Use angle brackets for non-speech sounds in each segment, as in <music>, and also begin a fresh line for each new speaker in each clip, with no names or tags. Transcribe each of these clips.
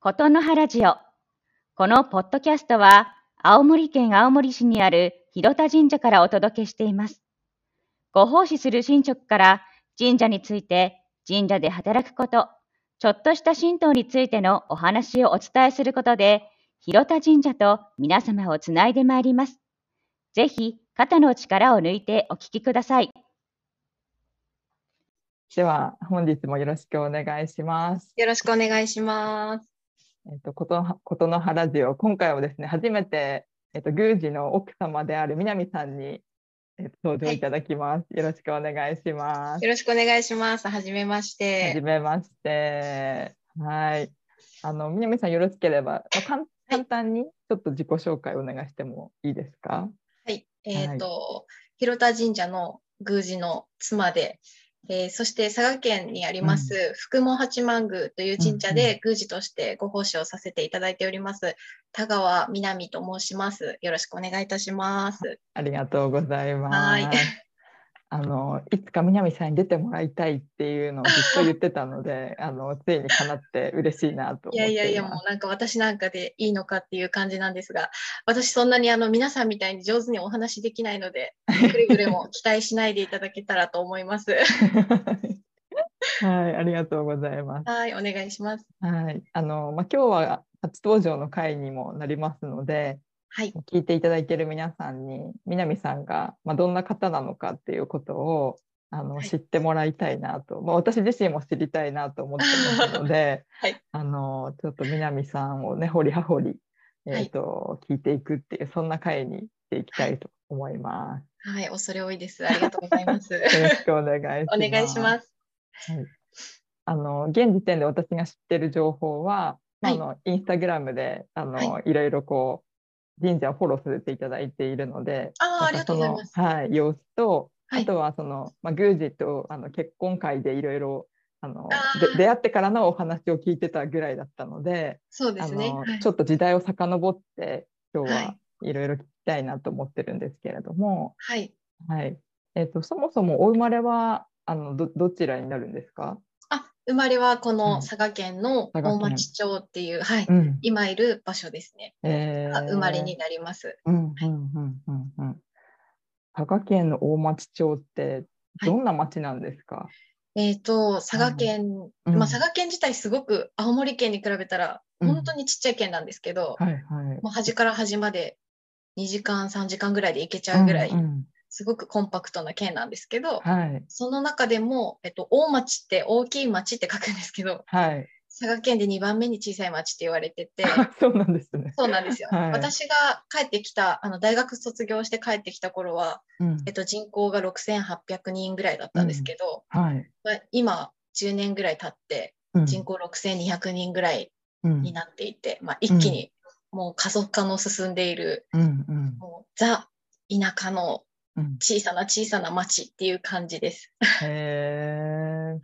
ことのはラジオ。このポッドキャストは、青森県青森市にある広田神社からお届けしています。ご奉仕する神職から、神社について、神社で働くこと、ちょっとした神道についてのお話をお伝えすることで、広田神社と皆様をつないでまいります。ぜひ、肩の力を抜いてお聞きください。
では、本日もよろしくお願いします。
よろしくお願いします。
えっと、ことのことのはラジオ、今回はですね、初めて、えっと、宮司の奥様である南さんに、えっと、登場いただきます、よろしくお願いします。
よろしくお願いします。はじめまし
はじ
て。
めまして。はい。あの、南さん、よろしければ、まあ、かん簡単にちょっと自己紹介をお願いしてもいいですか。
はい。えっ、と、広田神社の宮司の妻で、えーそして佐賀県にあります、福門八幡宮という神社
うんう
で宮司としてご奉仕をさせていただいております、田川みなみと申します。よろしくお願いいたします。
ありがとうございます。
はい
<laughs> あのいつか南さんに出てもらいたいっていうのをずっと言ってたので <laughs> あのついに叶って嬉しいなと思って
い
いま
や
す
いやいや、もうなんか私なんかでいいのかっていう感じなんですが、私そんなにあの皆さんみたいに上手にお話しできないの
<laughs>
で、くれぐれも期待しないでいただけたらと思います。
<laughs> はい、ありがとうございます。
はい、お願いします。
はい、あのまあ今日は初登場の回にもなりますので、
はい、
聞いていただいている皆さんに南さんがまあどんな方なのかっていうことをあの
はい
知ってもらいたいなと、まあ私自身も知りたいなと思ってますので、
<laughs> はい
あのちょっと南さんをね掘り葉掘りえっ、と、聞いていくっていうそんな回にしていきたいと思いま
はい、恐れ多
<laughs>
いです。ありがとうございます。
す。よろしくお願いしま
お
す。
願いします。
あの現時点で私が知ってる情報は、まああ
はい
のインスタグラムであの、、
はい
ろいろこう神社をフォローさせていただいているので
ああ、あり
なんか
がと
そう
ござい
の
ます。
はい、様子と、
はい
あとはその、まあ、宮司とあの結婚会でいろいろあの
あー
で出会ってからのお話を聞いてたぐらいだったので
そうで
あ
すね。
の、
はい
ちょっと時代を遡って今日は
は
はいろいろ聞きたいなと思ってるんですけれども、
はい。
はいえっとそもそもお生まれはあのどどちらになるんですか、
あ、生まれはこ
うん
の佐賀県の
佐賀県
大町町っていう、はい、
ん
今いる場所ですね。
え
が
ー
生まれになります。
うんうんうんうんうん佐賀県の大町町ってどんな町なんですか、
えっと、佐賀県、
うん
まあ佐賀県自体すごく青森県に比べたら本当にちっちゃい県なんですけど、
はい、はいはい
もう端から端まで2時間、3時間ぐらいで行けちゃうぐらい
うんう、ん
すごくコンパクトな県なんですけど、
はい
その中でも、えっと、大町って大きい町って書くんですけど、 <laughs>
はい
佐賀県で2番目に小さい町って言われて
<laughs>
て、
あそうなんですね。
そうなんですよ。
はい
私が帰ってきた、あの大学卒業して帰ってきた頃は、
うん
えっと、人口が6800人ぐらいだったんですけど、
はい。
まあ今10年ぐらい経って、
うん
人口6200人ぐらい
うん
になっていて、まあ、一気にもう加速化の進んでいる、
うんうん
もうザ田舎の
うん
小さな小さな町っていう感じです。
へ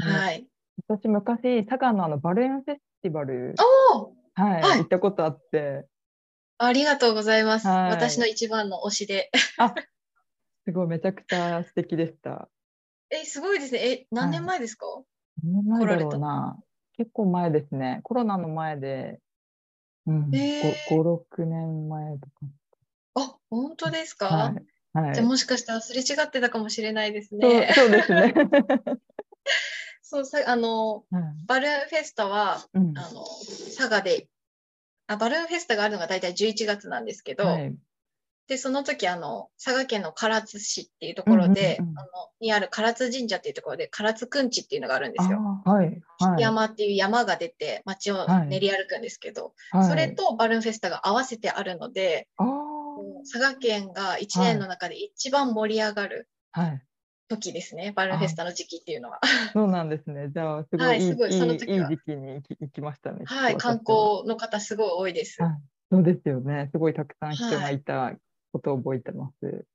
え。い。
はい。
私昔佐賀のあのバルーンフェスティバル、
おー
はい、
はい
行ったことあって、
ありがとうございます。
はい
私の一番の推しで。 <laughs>
すごいめちゃくちゃ素敵でした。
え、すごいですね。え、何年前ですか、
何年前だろ
来ら
う
れ
な。結構前ですね。コロナの前で、うん、
へえ
五五六年前と
あ、本当ですか、
か。はい。はい。
じゃあもしかしたらすれ違ってたかもしれないです
そう
ね。
そうですね。 <laughs>
そうさあの、
はい
バルーンフェスタは、
うん
あの、佐賀で、あバルーンフェスタがあるのが大体11月なんですけど、
はい
で、その時、あの、佐賀県の唐津市っていうところで、
うんうんうん
あの、にある唐津神社っていうところで、唐津くんちっていうのがあるんですよ。
あーはいはい
山っていう山が出て、街を練り歩くんですけど、
はい
それとバルーンフェスタが合わせてあるので、
あ
佐賀県が1年の中で一番盛り上がる
あはい
時ですね、バルーンフェスタの時期っていうのは。
そうなんですね。じゃあ、すご
はいい
いい、いいい
すごいその時はい
時期に行き行きましたね。
は
き
い、
っと私は。
観光の方すごい多いです。
はいそうですよね。すごいたくさん人が
はい
いたことを覚えてます。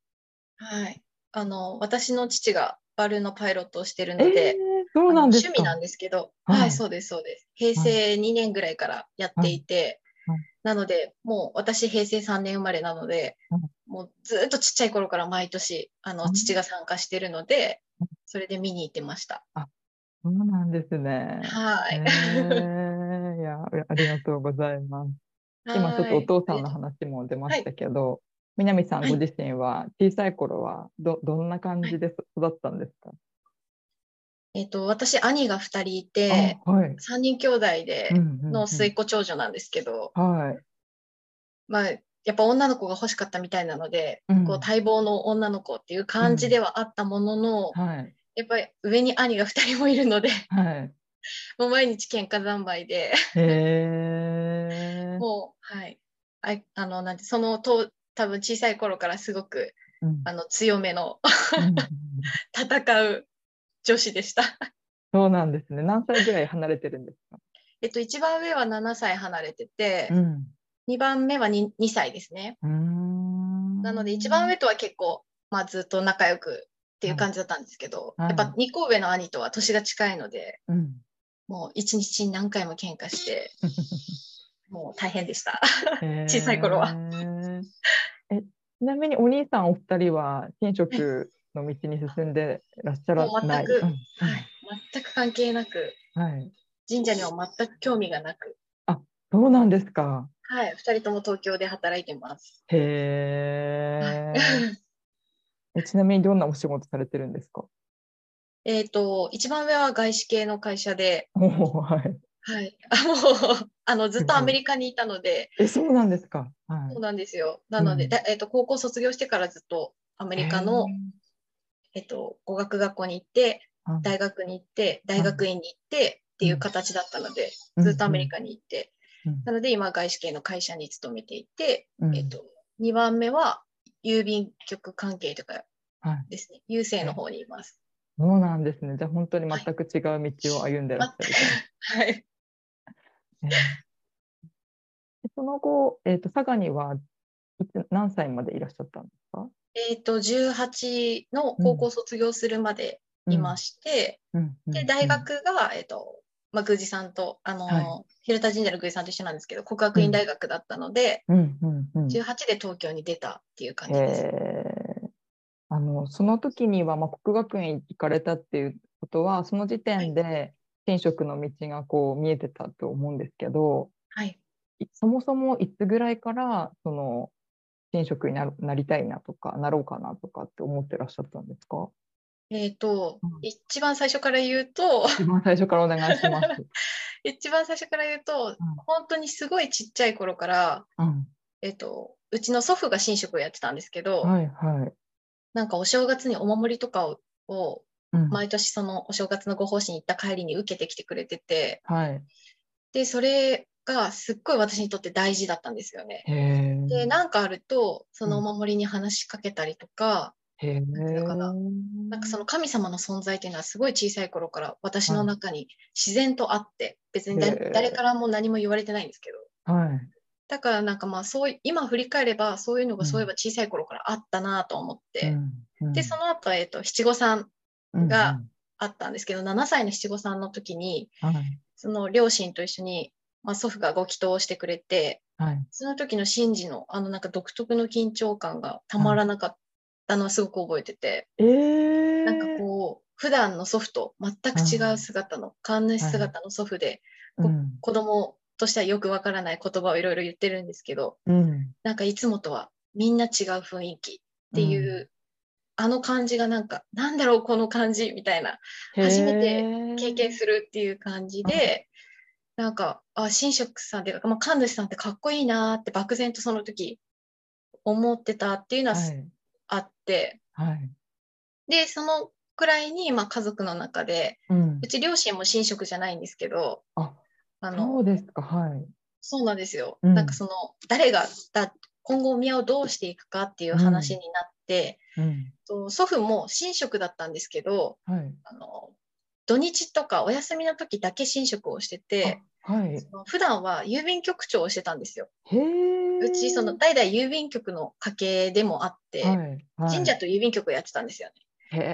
はい。あの、私の父がバルーンのパイロットをしてるの
え
で、
えそうなんですか。
趣味なんですけど、
はい
はい、そうです、そうです。平成2年ぐらいからやっていて
はいは、
なので、もう私、平成3年生まれなので
うん、
もうずっとちっちゃい頃から毎年、あ
う
の、
ん
父が参加してるので
うん、
それで見に行ってました。
そうなんですね。
はい。
ええや、ありがとうございます。今ちょっとお父さんの話も出ましたけど、南さんご自身は小さい頃はどどんな感じで育ったんですか、
えっと、私、兄が2人いて、
あはい。
3人兄弟で
うんうんうん
の末っ子長女なんですけど、
はい。
まあ、やっぱ女の子が欲しかったみたいなので、
うん
こう待望の女の子っていう感じではあったものの、
はい。
やっぱり上に兄が2人もいるので、 <laughs>
はい。
もう毎日喧嘩三昧で、
へえ。
もう、はい。ああの、なんて、そのと、多分小さい頃からすごく、
うんうん
あの、強めの <laughs>
うん
戦う女子でした。 <laughs>
そうなんですね。何歳ぐらい離れてるんですか。
えっと、一番上は7歳離れてて、
ん。
二番目は 2, 2歳ですね。
うーん
なので、一番上とは結構、まあ、ずっと仲良くっていう感じだったんですけど、
はい
やっぱ2個上の兄とは年が近いので、
うん。
もう一日に何回も喧嘩して、もう大変でした。
小
<laughs> 小さい頃は。
え、ちなみにお兄さんお二人は新職の道に進んでらっしゃらな
も
い。
う全く
うん
はい、全く関係なく、
はい。
神社には全く興味がなく、
そうなんですか。
はい、2人とも東京で働いてます。
へえ。えちなみにどんなお仕事されてるんですか。
<laughs>
<laughs>
えっと、一番上は外資系の会社で、
おおはい。
はい、あもうあのずっとアメリカにいたので、
えそうなんですか。は
そ。
いう
なんですよ。なので、
うん
だえっと高校卒業してからずっとアメリカの
へえ、
えっと語学学校に行って、
はい
大学に行って、大学院に行ってっていう形だったので、ずっとアメリカに行って、
うん
なので今、外資系の会社に勤めていて、
うん
えっと2番目は郵便局関係とか
はい
ですね、郵政の方にいます。
そうなんですね。じゃあ本当に全く違う道を歩んでらっしゃる。
はい、
えーでその後、えっ、と佐賀にはいつ何歳までいらっしゃったんですか。
えっと18の高校卒業するまでいまして、
うんうん
で大学が、えっとまあ、宮司さんと、あのー
は
平田神社の宮司さんと一緒なんですけど、国学院大学だったので、
うんうんうん。
18で東京に出たっていう感じです。
えーあのその時には、まあ、国学院行かれたっていうことはその時点で天職の道がこう見えてたと思うんですけど
はい、
いそもそもいつぐらいからその天職になるなりたいなとかなろうかなとかって思ってらっしゃったんですか
えっと
うん
一番最初から言うと、 <laughs>
一番最初からお願いします。
一番最初から言うと、本当にすごいちっちゃい頃から、
うん、
えっと、うちの祖父が神職をやってたんですけど、
はいはい。
なんかお正月にお守りとかをを
うん
毎年そのお正月のご奉仕に行った帰りに受けてきてくれてて
はい。
でそれがすっごい私にとって大事だったんですよね。
へえ。
で何かあるとその
う
お
ん
守りに話しかけたりとか、
へえ。
なんていうのかななんかその神様の存在っていうのはすごい小さい頃から私の中に自然とあって別にだ
へえ
誰からも何も言われてないんですけど
はい。
だからなんかまあそうい今振り返ればそういうの
う
が
ん
そういえば小さい頃からあったなと思って、でそ
の
の後、えっと七五三が、あったんですけど7歳の七五三の時に
うんうんはい
その両親と一緒に、まあ、祖父がご祈祷をしてくれて
はい。
その時の神事のあのなんか独特の緊張感がたまらなかったのはすごく覚えてて、
ええ。
なんかこう普段の祖父と全く違う姿の神主姿の祖父でこ
うん
子供としてはよくわからない言葉をいろいろ言ってるんですけど
うん、
なんかいつもとはみんな違う雰囲気っていう、あの感じがなんかなんだろうこの感じみたいな初め
て
経験するっていう感じで、なんかあ神職さんっていうか、まあ、神主さんってかっこいいなーって漠然とその時思ってたっていうのはす
はい
あって、
はい
でそのくらいに、まあ、家族の中で
うん
う、ち両親も神職じゃないんですけど
あ
あの
そうですかはい
そうなんですよ、
うん
なんかその誰がだ今後お宮をどうしていくかっていう話になって。
うん
と祖父も神職だったんですけど
はい
あの土日とかお休みの時だけ神職をしてて
あはい
その普段は郵便局長をしてたんですよ。
へえ
うちその代々郵便局の家系でもあって、
はいはい
神社と郵便局をやってたんですよ
へ
ね。で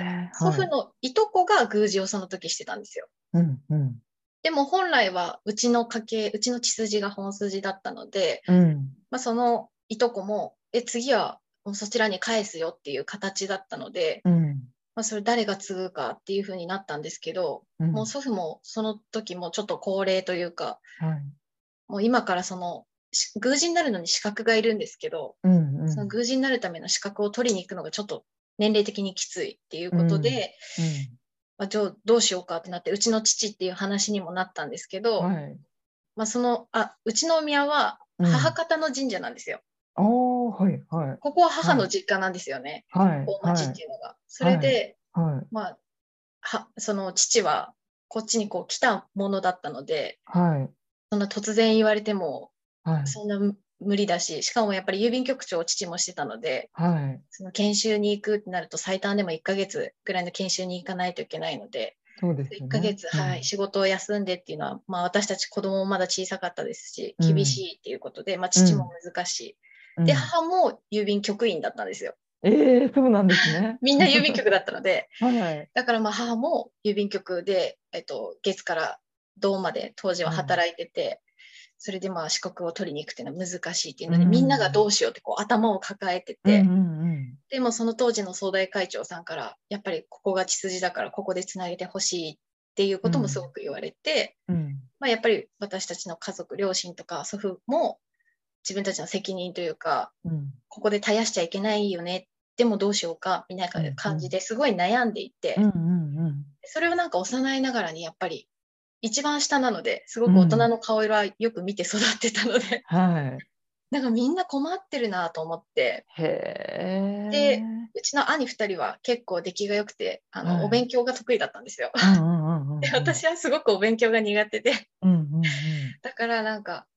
え
祖父のいとこが宮司をその時してたんですよ。
うんうん
でも本来はうちの家系うちの血筋が本筋だったので、
うん
まあ、そのいとこもえ次はもうそちらに返すよっていう形だったので
うん
まあ、それ誰が継ぐかっていうふうになったんですけど、
うん
もう祖父もその時もちょっと高齢というか、
はい
もう今からその、し偶然になるのに資格がいるんですけど、
うんうん
その偶然になるための資格を取りに行くのがちょっと年齢的にきついっていうことで、
うん
まあ、じゃあどうしようかってなって、うちの父っていう話にもなったんですけど、
うんはい
まあ、その、あ、うちのお宮は
うん
母方の神社なんですよ。
おーはいはい
ここは母の実家なんですよね、
はい
大町っていうのが。それで、
はい
まあ、はその父はこっちにこう来たものだったので、
はい
そんな突然言われても、
はい
そんな無理だし、しかもやっぱり郵便局長を父もしてたので、
はい
その研修に行くってなると最短でも1ヶ月ぐらいの研修に行かないといけないので、
そうですね
1ヶ月、
うん
はい、仕事を休んでっていうのは、まあ私たち子供もまだ小さかったですし、
うん
厳しいっていうことで、まあ父も難し
う
い。
ん
で、母も郵便局員だったんですよ。
ええそうなんですね
<laughs> みんな郵便局だったので、 <laughs>
はい
だからまあ母も郵便局で、えっと、月から銅まで当時は働いてて、それでまあ資格を取りに行くっていうのは難しいっていうので、
うん
みんながどうしようってこう頭を抱えてて、
うんうんうん
でもその当時の総大会長さんからやっぱりここが血筋だからここでつなげてほしいっていうこともすごく言われて、
うん
まあ、やっぱり私たちの家族両親とか祖父も自分たちの責任というか
うん
ここで絶やしちゃいけないよねでもどうしようかみたいな感じですごい悩んでいて。
うんうんうん
それをなんか幼いながらにやっぱり一番下なのですごく大人の顔色はよく見て育ってたので、 <laughs>
はい
なんかみんな困ってるなと思って
へえ
でうちの兄2人は結構出来が良くてあの、
はい
お勉強が得意だったんですよ。
うんうんうんうんうん
<laughs> で私はすごくお勉強が苦手で
うんうんうん
だからなんか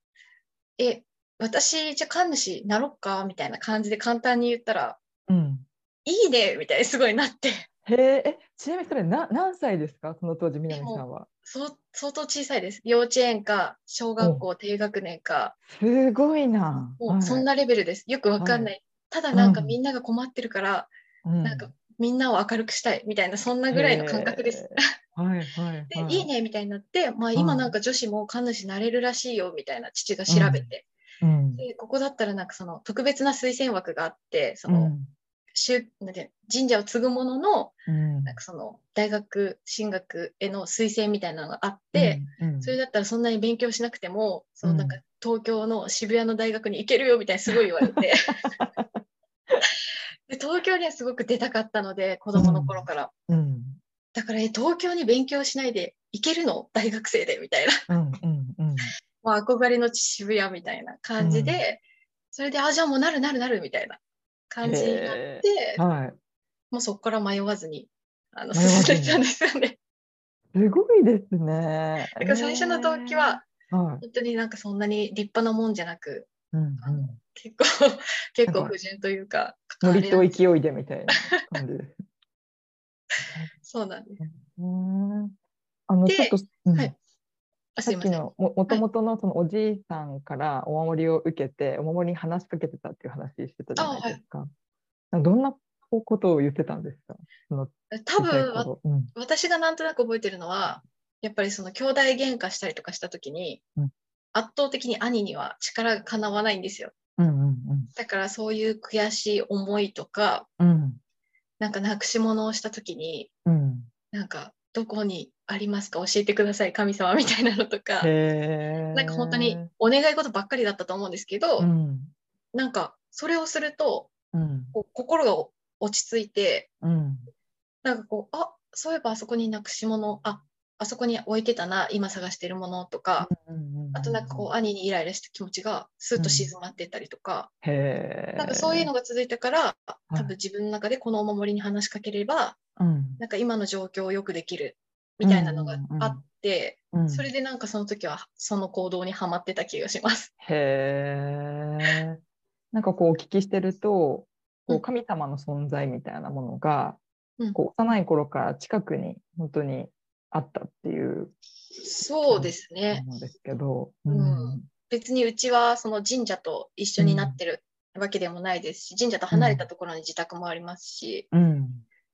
え私じゃあ神主なろっかみたいな感じで簡単に言ったら
うん
いいねみたいにすごいなって
へええちなみにそれな何歳ですかその当時南さんは
そう相当小さいです幼稚園か小学校低学年か
すごいな
もうそん
な
なレベルです。よくわかんない。ただなんかみんなが困ってるから、
な
なんかみんなを明るくしたいみたいな、そんなぐらいの感覚です。
へー。はいはい
で、
はい。
いいねみたいになって、まあ
は
今
い
なんか女子も神主なれるらしいよみたいな父が調べて、
うん。
で、ここだったらなんかその特別な推薦枠があって、そうの、
ん。
しゅなんて神社を継ぐものの、
うん。
なんかその大学進学への推薦みたいなのがあって、
うん、
そ
れ
れだったらそんなに勉強しなくても、そのなんか
う
東京の渋谷の大学に行けるよみたいにすごい言われ
<laughs>
て。で東京にはすごく出たかったので、子供の頃から。
うん。
だから、え東京に勉強しないで行けるの大学生でみたいな。
う
<laughs>
んうんうん。
もう憧れの地渋谷みたいな感じで、それで、あ、じゃあもうなるなるなるみたいな感じになって、
へーはい。
もうそこから迷わずに、あの、
迷わずに
進んでいったんですよね。
すごいですね。
だから最初の動機は、
えー、はい。
本当になんかそんなに立派なもんじゃなく、
うんうん。
結構、結構不純というか、
ノリと
あれ
勢いでみたいな感じ
<laughs>
です。
そうなんです。
うーん。あの
で
ちょっと、うん
はいあす
さ
い
っ
ま
き
せん。
のもともとのそのおじいさんからお守りを受けてお守りに話しかけてたっていう話してたじゃないですか。なんかどんなことを言ってたんですか。
多
小
分、
さい
わ
頃うん
私がなんとなく覚えてるのは、やっぱりその兄弟喧嘩したりとかした時に、
うん
圧倒的に兄には力がかなわないんですよ。
うんうん
だからそういう悔しい思いとか、
うん
なんかなくし物をした時に、
うんうん。
なんかどこにありますか教えてください神様みたいなのとか、
へー
なんか本当にお願い事ばっかりだったと思うんですけど、
うん
なんかそれをすると、
うん
こう心が落ち着いて、
うん
なんかこう、あそういえばあそこになくし物、ああそこに置いてたな、今探してるものとか、あとなんかこう、兄にイライラした気持ちがスーッと静まってったりとか、
うへー
なんかそういうのが続いたから、あ
い
多分自分の中でこのお守りに話しかければ、
うん
なんか今の状況をよくできるみたいなのがあって、
うん
それでなんかその時はその行動にはまってた気がします。
へえなんかこうお聞きしてるとこ
う
うん神様の存在みたいなものが、
うん
こう幼い頃から近くに本当にあったっていう
そうですね。
ものですけど、
うん別にうちはその神社と一緒になってるわけでもないですし、神社と離れたところに自宅もありますし、
うんうん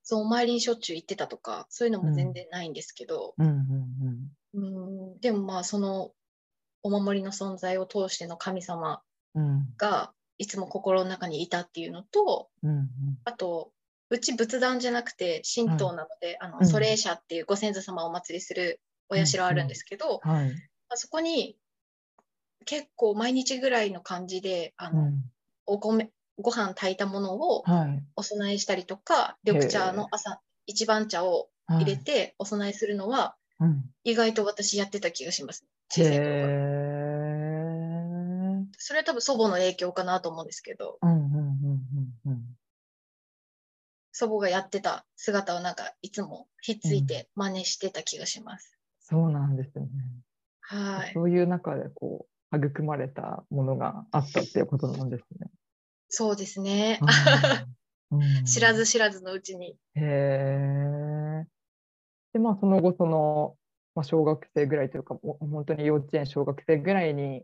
そうお参りにしょっちゅう行ってたとかそういうのも全然ないんですけど、
うんうん
うん、でもまあそのお守りの存在を通しての神様
うんうん
がいつも心の中にいたっていうのと
うん
あとううち仏壇じゃなくて神道なので、あ
う
の
ん
祖霊社っていうご先祖様をお祭りするお社あるんですけど、
はい。
まあそこに結構毎日ぐらいの感じであ
う
の、
ん
お米ご飯炊いたものを
はい。
お供えしたりとか緑茶の朝一番茶を
はい
入れ。てお供えするのは
うん
意外と私やってた気がします。
へ
小さい頃から
え。
それは多分祖母の影響かなと思うんですけど
うんうんうんうんうん。
祖母がやってた姿をなんかいつもひっついて真似してた気がします。
そうなんですね。
はい
そういう中でこう育まれたものがあったっていうことなんですね。
そうですね、
うんうん
<laughs> 知らず知らずのうちに
へえ。で、まあ、その後、その、まあ、小学生ぐらいというか、もう本当に幼稚園、小学生ぐらいに、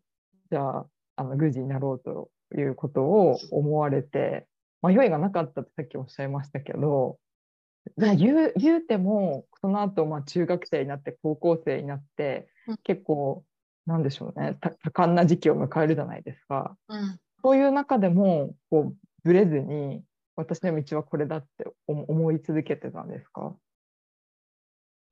じゃあ、あの、宮司になろうということを思われて、迷いがなかったってさっきおっしゃいましたけど、じゃあ言う、言うても、その後、まあ、中学生になって、高校生になって
うん、
結構、なんでしょうね、た多感な時期を迎えるじゃないですか。
うん、
そういう中でも、こう、ぶれずに、私の道はこれだって思思い続けてたんですか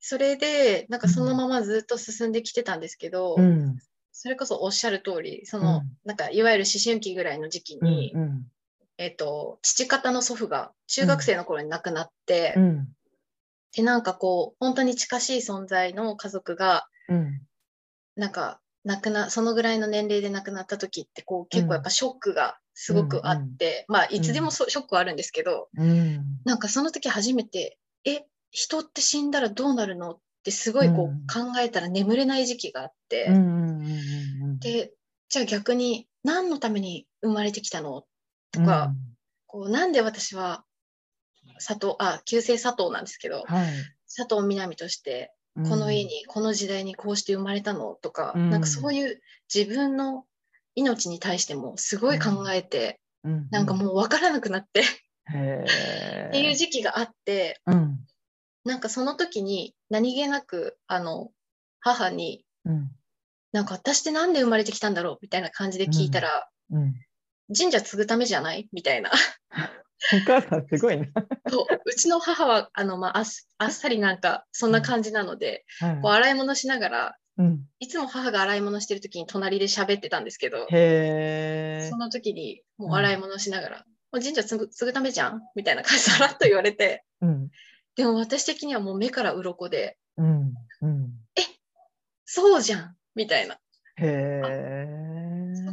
それでなんかそのままずっと進んできてたんですけど、
ん。
それこそおっしゃる通りそうの、
ん
なんかいわゆる思春期ぐらいの時期に、
うん。
えっと父方の祖父が中学生の頃に亡くなって、
うん。
でなんかこう本当に近しい存在の家族が
うん。
なんか亡くなそのぐらいの年齢で亡くなった時ってこう結構やっぱショックがすごくあって、まあいつでもそショックはあるんですけど、
うん。
なんかその時初めてえ人って死んだらどうなるのってすごいこ
う
う
ん
考えたら眠れない時期があって、
うん。
でじゃあ逆に何のために生まれてきたのとか、こうなんで私は佐藤あ旧姓佐藤なんですけど
はい。
佐藤みなみとしてこの家。に、この時代にこうして生まれたのとか、
うん
なんかそういう自分の命に対してもすごい考えて、
うん。
なんかもう分からなくなって、
うん。へえ。
っていう時期があって、
うん。
なんかその時に何気なく、あの、母に、
うん。
なんか私ってなんで生まれてきたんだろうみたいな感じで聞いたら、
うん。
神社継ぐためじゃないみ
<laughs>
たいな。
お母さんすごいな。
そううちの母は、あの、まあ、あっあっさりなんか、そんな感じなので、こう
は
洗い物しながら、
い。うん。
いつも母が洗い物してる時に隣で喋ってたんですけど、
へえ
そ。の時にも
う
うん洗い物しながら、もう神社継ぐ継ぐためじゃんみたいな感じでさらっと言われて、
うん。
でも私的にはもう目から鱗で、
うん。うん。
そうじゃんみたいな。
へえ。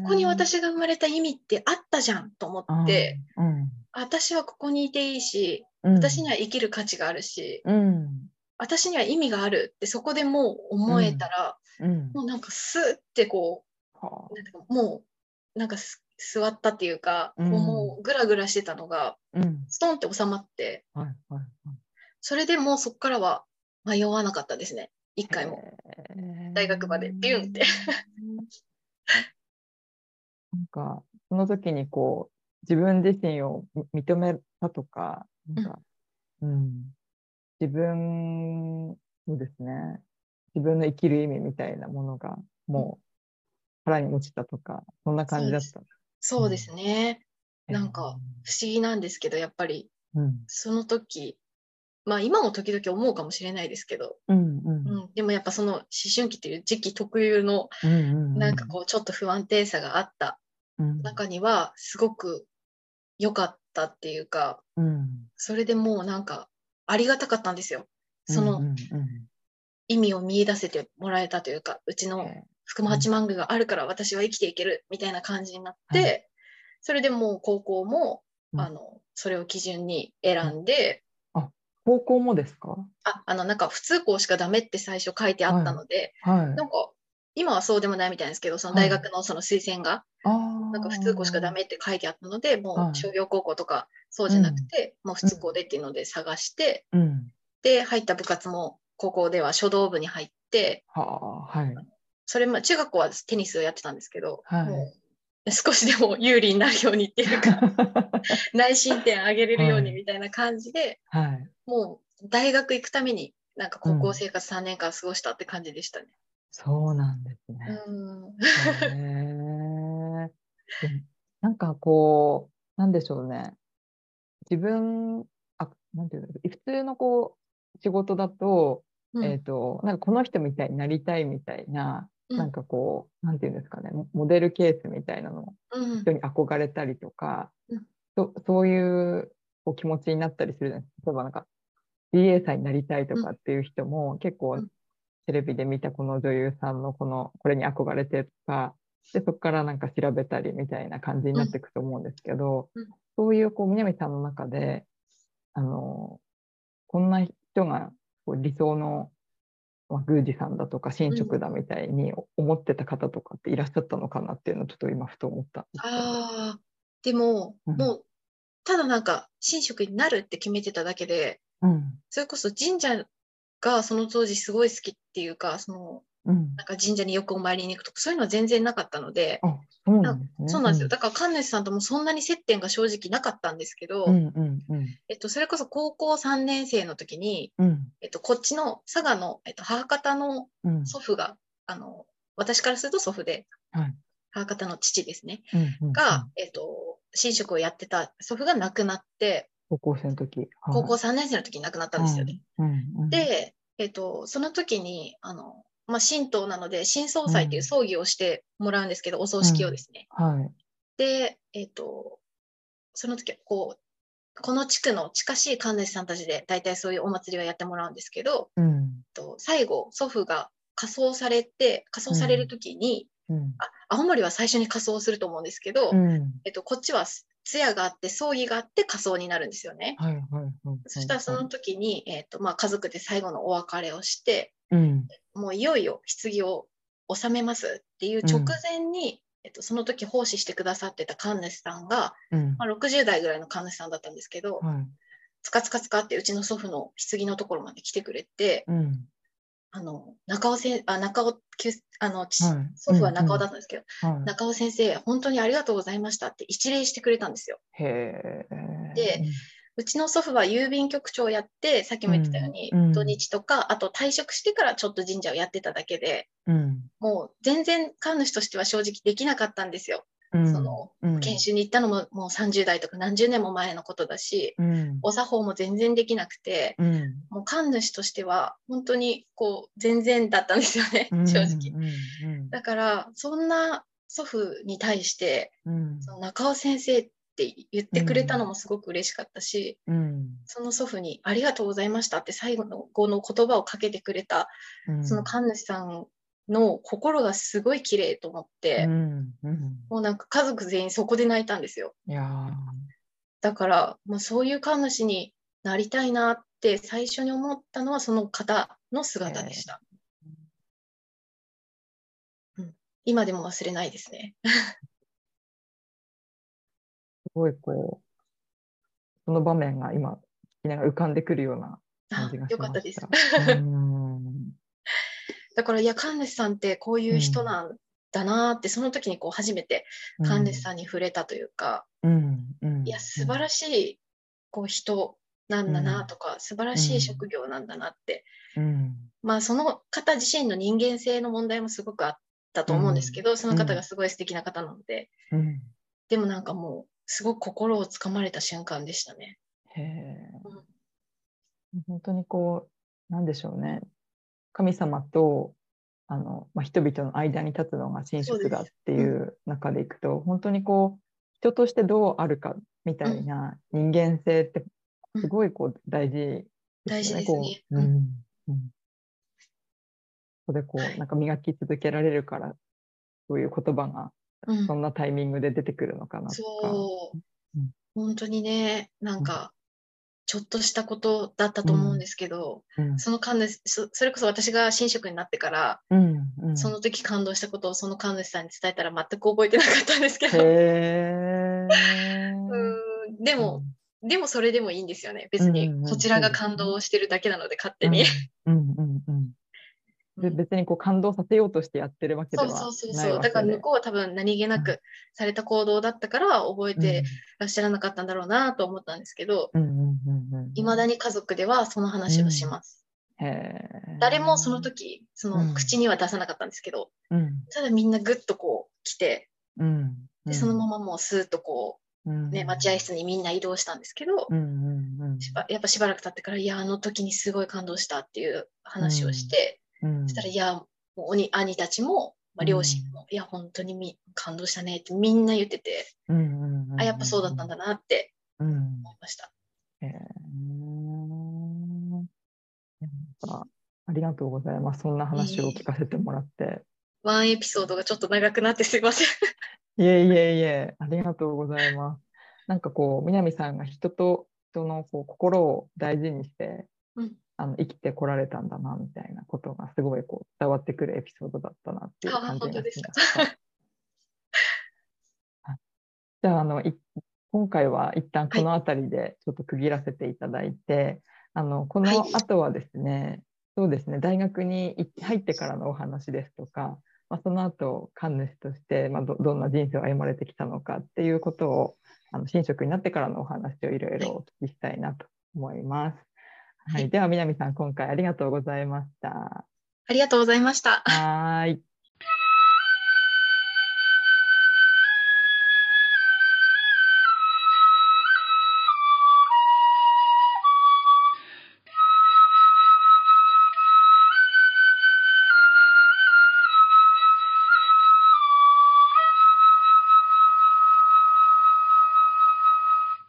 ここに私が生まれた意味ってあったじゃんと思って、、
うん。
私はここにいていいし、私には生きる価値があるし、
うん。
私には意味があるってそこでもう思えたら、
うん。
もうなんかスーってこ
は
う、なんていうかもうなんかす座ったっていうか、
うん
こうもうグラグラしてたのが、
あ。うん。
ストンって収まって、
はい。はい。
それでもうそこからは迷わなかったですね。一回も。
へー
大学までビュンって。
なんかその時にこう自分自身をみ認めたとかなんか、うん自分そうですね自分の生きる意味みたいなものがもう腹に落ちたとかそんな感じだった。
そうですね。
へー
なんか、不思議なんですけど、やっぱり
うん
その時、まあ今も時々思うかもしれないですけど、
うんうん
うんでもやっぱその思春期という時期特有の
うんうん
なんかこうちょっと不安定さがあった
うん
中にはすごく良かったっていうか、
うん
それでもうなんかありがたかったんですよ。そ
うん
の
うんうん
意味を見出せてもらえたというか、うちの福間八幡宮があるから私は生きていけるみたいな感じになって、
は
それでもう高校も、
うん
あのそれを基準に選んで、
高校もですか
ああのなんか普通校しかダメって最初書いてあったので、
はい
なんか今はそうでもないみたいですけどその
は
大
い
学のその推薦が、
な
なんか普通校しかダメって書いてあったのでも
はいう
商業高校とかそうじゃなくて、もう普通校でっていうので探して、
うん。
で入った部活も高校では書道部に入って
はあ、はい。
それも中学校はテニスをやってたんですけど、
はい
もう少しでも有利になるようにってい
<laughs>
うか内申点上げれるよう
は
に
い
みたいな感じで、
<laughs> はい。
もう大学行くためになんか高
うん
校生活3年間過ごしたって感じでしたね。
そうなんです
う
ね。
ん、
へーでもなんかこう、なんでしょうね。自分、あなんていうんだろう普通のこう仕事だと,、
うん
えー、となんかこの人みたいになりたいみたいな、
うん
なんかこうなんていうんですかねモモデルケースみたいなの
うん
人に憧れたりとか、
うん
そそういうお気持ちになったりするじゃないですか例えばなんか DA さんになりたいとかっていう人も、結構
うん
テレビで見たこの女優さんのこのこれに憧れてとかでそこからなんか調べたりみたいな感じになっていくと思うんですけど、
うん
そういうこう南さんの中であのこんな人がこう理想の、まあ、宮司さんだとか神職だみたいに思ってた方とかっていらっしゃったのかなっていうのをちょっと今ふと思ったんですけど。
ああ、でも、
うん
もう、ただなんか、神職になるって決めてただけで、
うん
それこそ神社がその当時すごい好きっていうか、その、
うん
なんか神社によくお参りに行くとか、そういうのは全然なかったので、
あ、そうなんですね。
そうなんですよ。だから、神主さんともそんなに接点が正直なかったんですけど、
うんうんうん
えっと、それこそ高校3年生の時に、
うん
えっと、こっちの佐賀の、えっと、母方の
うん
祖父が、あの、私からすると祖父で、
はい
母方の父ですね。
うんうん
が、えっと、神職をやってた祖父が亡くなって、
高校生の時、はい
高校3年生の時に亡くなったんですよね。
うんうん、
で、えっと、その時に、あの、まあ、神道なので、新葬祭っていう葬儀をしてもらうんですけど、お葬式をですね。
はい、
で、えっと、その時はこう、この地区の近しい神主さんたちで、大体そういうお祭りはやってもらうんですけど、
うん
えっと最後、祖父が仮装されて、仮装される時に、
うん
青森は最初に仮装すると思うんですけど、
うん、
えっと、こっちはす通夜があって葬儀があって仮葬になるんですよね。
はいはいはいはい。
そしたらその時に、えっとまあ、家族で最後のお別れをして
うん
もういよいよ棺を納めますっていう直前に、えっと、その時奉仕してくださってた神主さんが、
うん
まあ、60代ぐらいの神主さんだったんですけど、
はい
つかつかつかってうちの祖父の棺のところまで来てくれて、
うん
あの中尾せんあ中尾きゅあの、父
はい
祖父は中尾だったんですけど、
はい
中尾先生本当にありがとうございましたって一礼してくれたんですよ。
へえ。
でうちの祖父は郵便局長をやって、さっきも言ってたように、
うんうん
土日とか、あと退職してからちょっと神社をやってただけで、
うん、
もう全然神主としては正直できなかったんですよ。
うん、
その
うん
研修に行ったのももう30代とか何十年も前のことだし、
うん
お作法も全然できなくて、
うん
もう神主としては本当にこう全然だったんですよね、
うん、
正直。
うんうん
だから、そんな祖父に対して、
うん
その中尾先生って言ってくれたのもすごく嬉しかったし、
うん
その祖父に「ありがとうございました」って最後の後の言葉をかけてくれた
うん、
その神主さんの心がすごい綺麗と思って、
うんうん、
もうなんか家族全員そこで泣いたんですよ
いやー
だから、まあ、そういう神主になりたいなって最初に思ったのはその方の姿でした、うん、今でも忘れないですね
すごいこうその場面が今聞きながら浮かんでくるような感
あ
じがしました。
よかったです
うん
だからいや神主さんってこういう人なんだなって、その時にこう初めて神主さんに触れたというか、
うんうん、
いや素晴らしいこう人なんだなとか、素晴らしい職業なんだなって、
い。うん
まあその方自身の人間性の問題もすごくあったと思うんですけど、その方がすごい素敵な方なので、
うん、
でもなんかもうすごく心をつかまれた瞬間でしたね。
へえ本当にこうなんでしょうね神様とあの、まあ、人々の間に立つのが神職だっていう中でいくと、本当にこう人としてどうあるかみたいな人間性ってすごいこう大事
大
です
事
よね。
ですね
こうう
うん
んうんそこでこうなんか磨き続けられるからそういう言葉が
うん
そんなタイミングで出てくるのかなとか。
そう、
うん
本当にねなんかちょっとしたことだったと思うんですけど、
うん
その神主そそれこそ私が神職になってから、
うんうん、
その時感動したことをその神主さんに伝えたら全く覚えてなかったんですけど。
へー
うーん
で
でも、、でもそれでもいいんですよね。別に
うんうん
こちらが感動してるだけなので勝手
うん
に。
うんうんうん、で別にこう感動させようとしてやってるわけで
そ
は
う
ない
そう
わ
そ
け
う
で。
そう。だから向こうは多分何気な
う
くされた行動だったから覚えてらっしゃらなかったんだろうなと思ったんですけど、
うんうんうんうんうん、
いまだに家族ではその話をします。
へー
誰もその、時、そ
うん
の口には出さなかったんですけど、
うん
ただみんなぐっとこう来て、
うんうん、
でそのままもうスーッとこね、待合室にみんな移動したんですけど、
うんうんうん
しばやっぱしばらく経ってから、いや、あの時にすごい感動したっていう話をして、
うん
そしたら、いや、もうおに兄たちも、まあ、両親も、いや、本当にみ感動したねってみんな言ってて、
うんうんうん
あ、やっぱそうだったんだなって
うん
思いました。
へーいやなんかありがとうございます。そんな話を聞かせてもらって。
ワンエピソードがちょっと長くなってすいません。
いえいえいえ、ありがとうございます。なんかこう、南さんが人と人のこう心を大事にして
うん
あの生きてこられたんだなみたいなことがすごいこう伝わってくるエピソードだったなっていう
あ
感じ
本当
が
で
し
すか
ました。はいじゃああのい今回は一旦この辺りでちょっと区切らせていただいて、あのこの
はい
後はですね、そうですね大学に行って入ってからのお話ですとか、まあ、その後神主として、まあ、どどんな人生を歩まれてきたのかっていうことをあの神職になってからのお話をいろいろお聞きしたいなと思います。はい、では南さん今回ありがとうございました。
ありがとうございました。
はーい。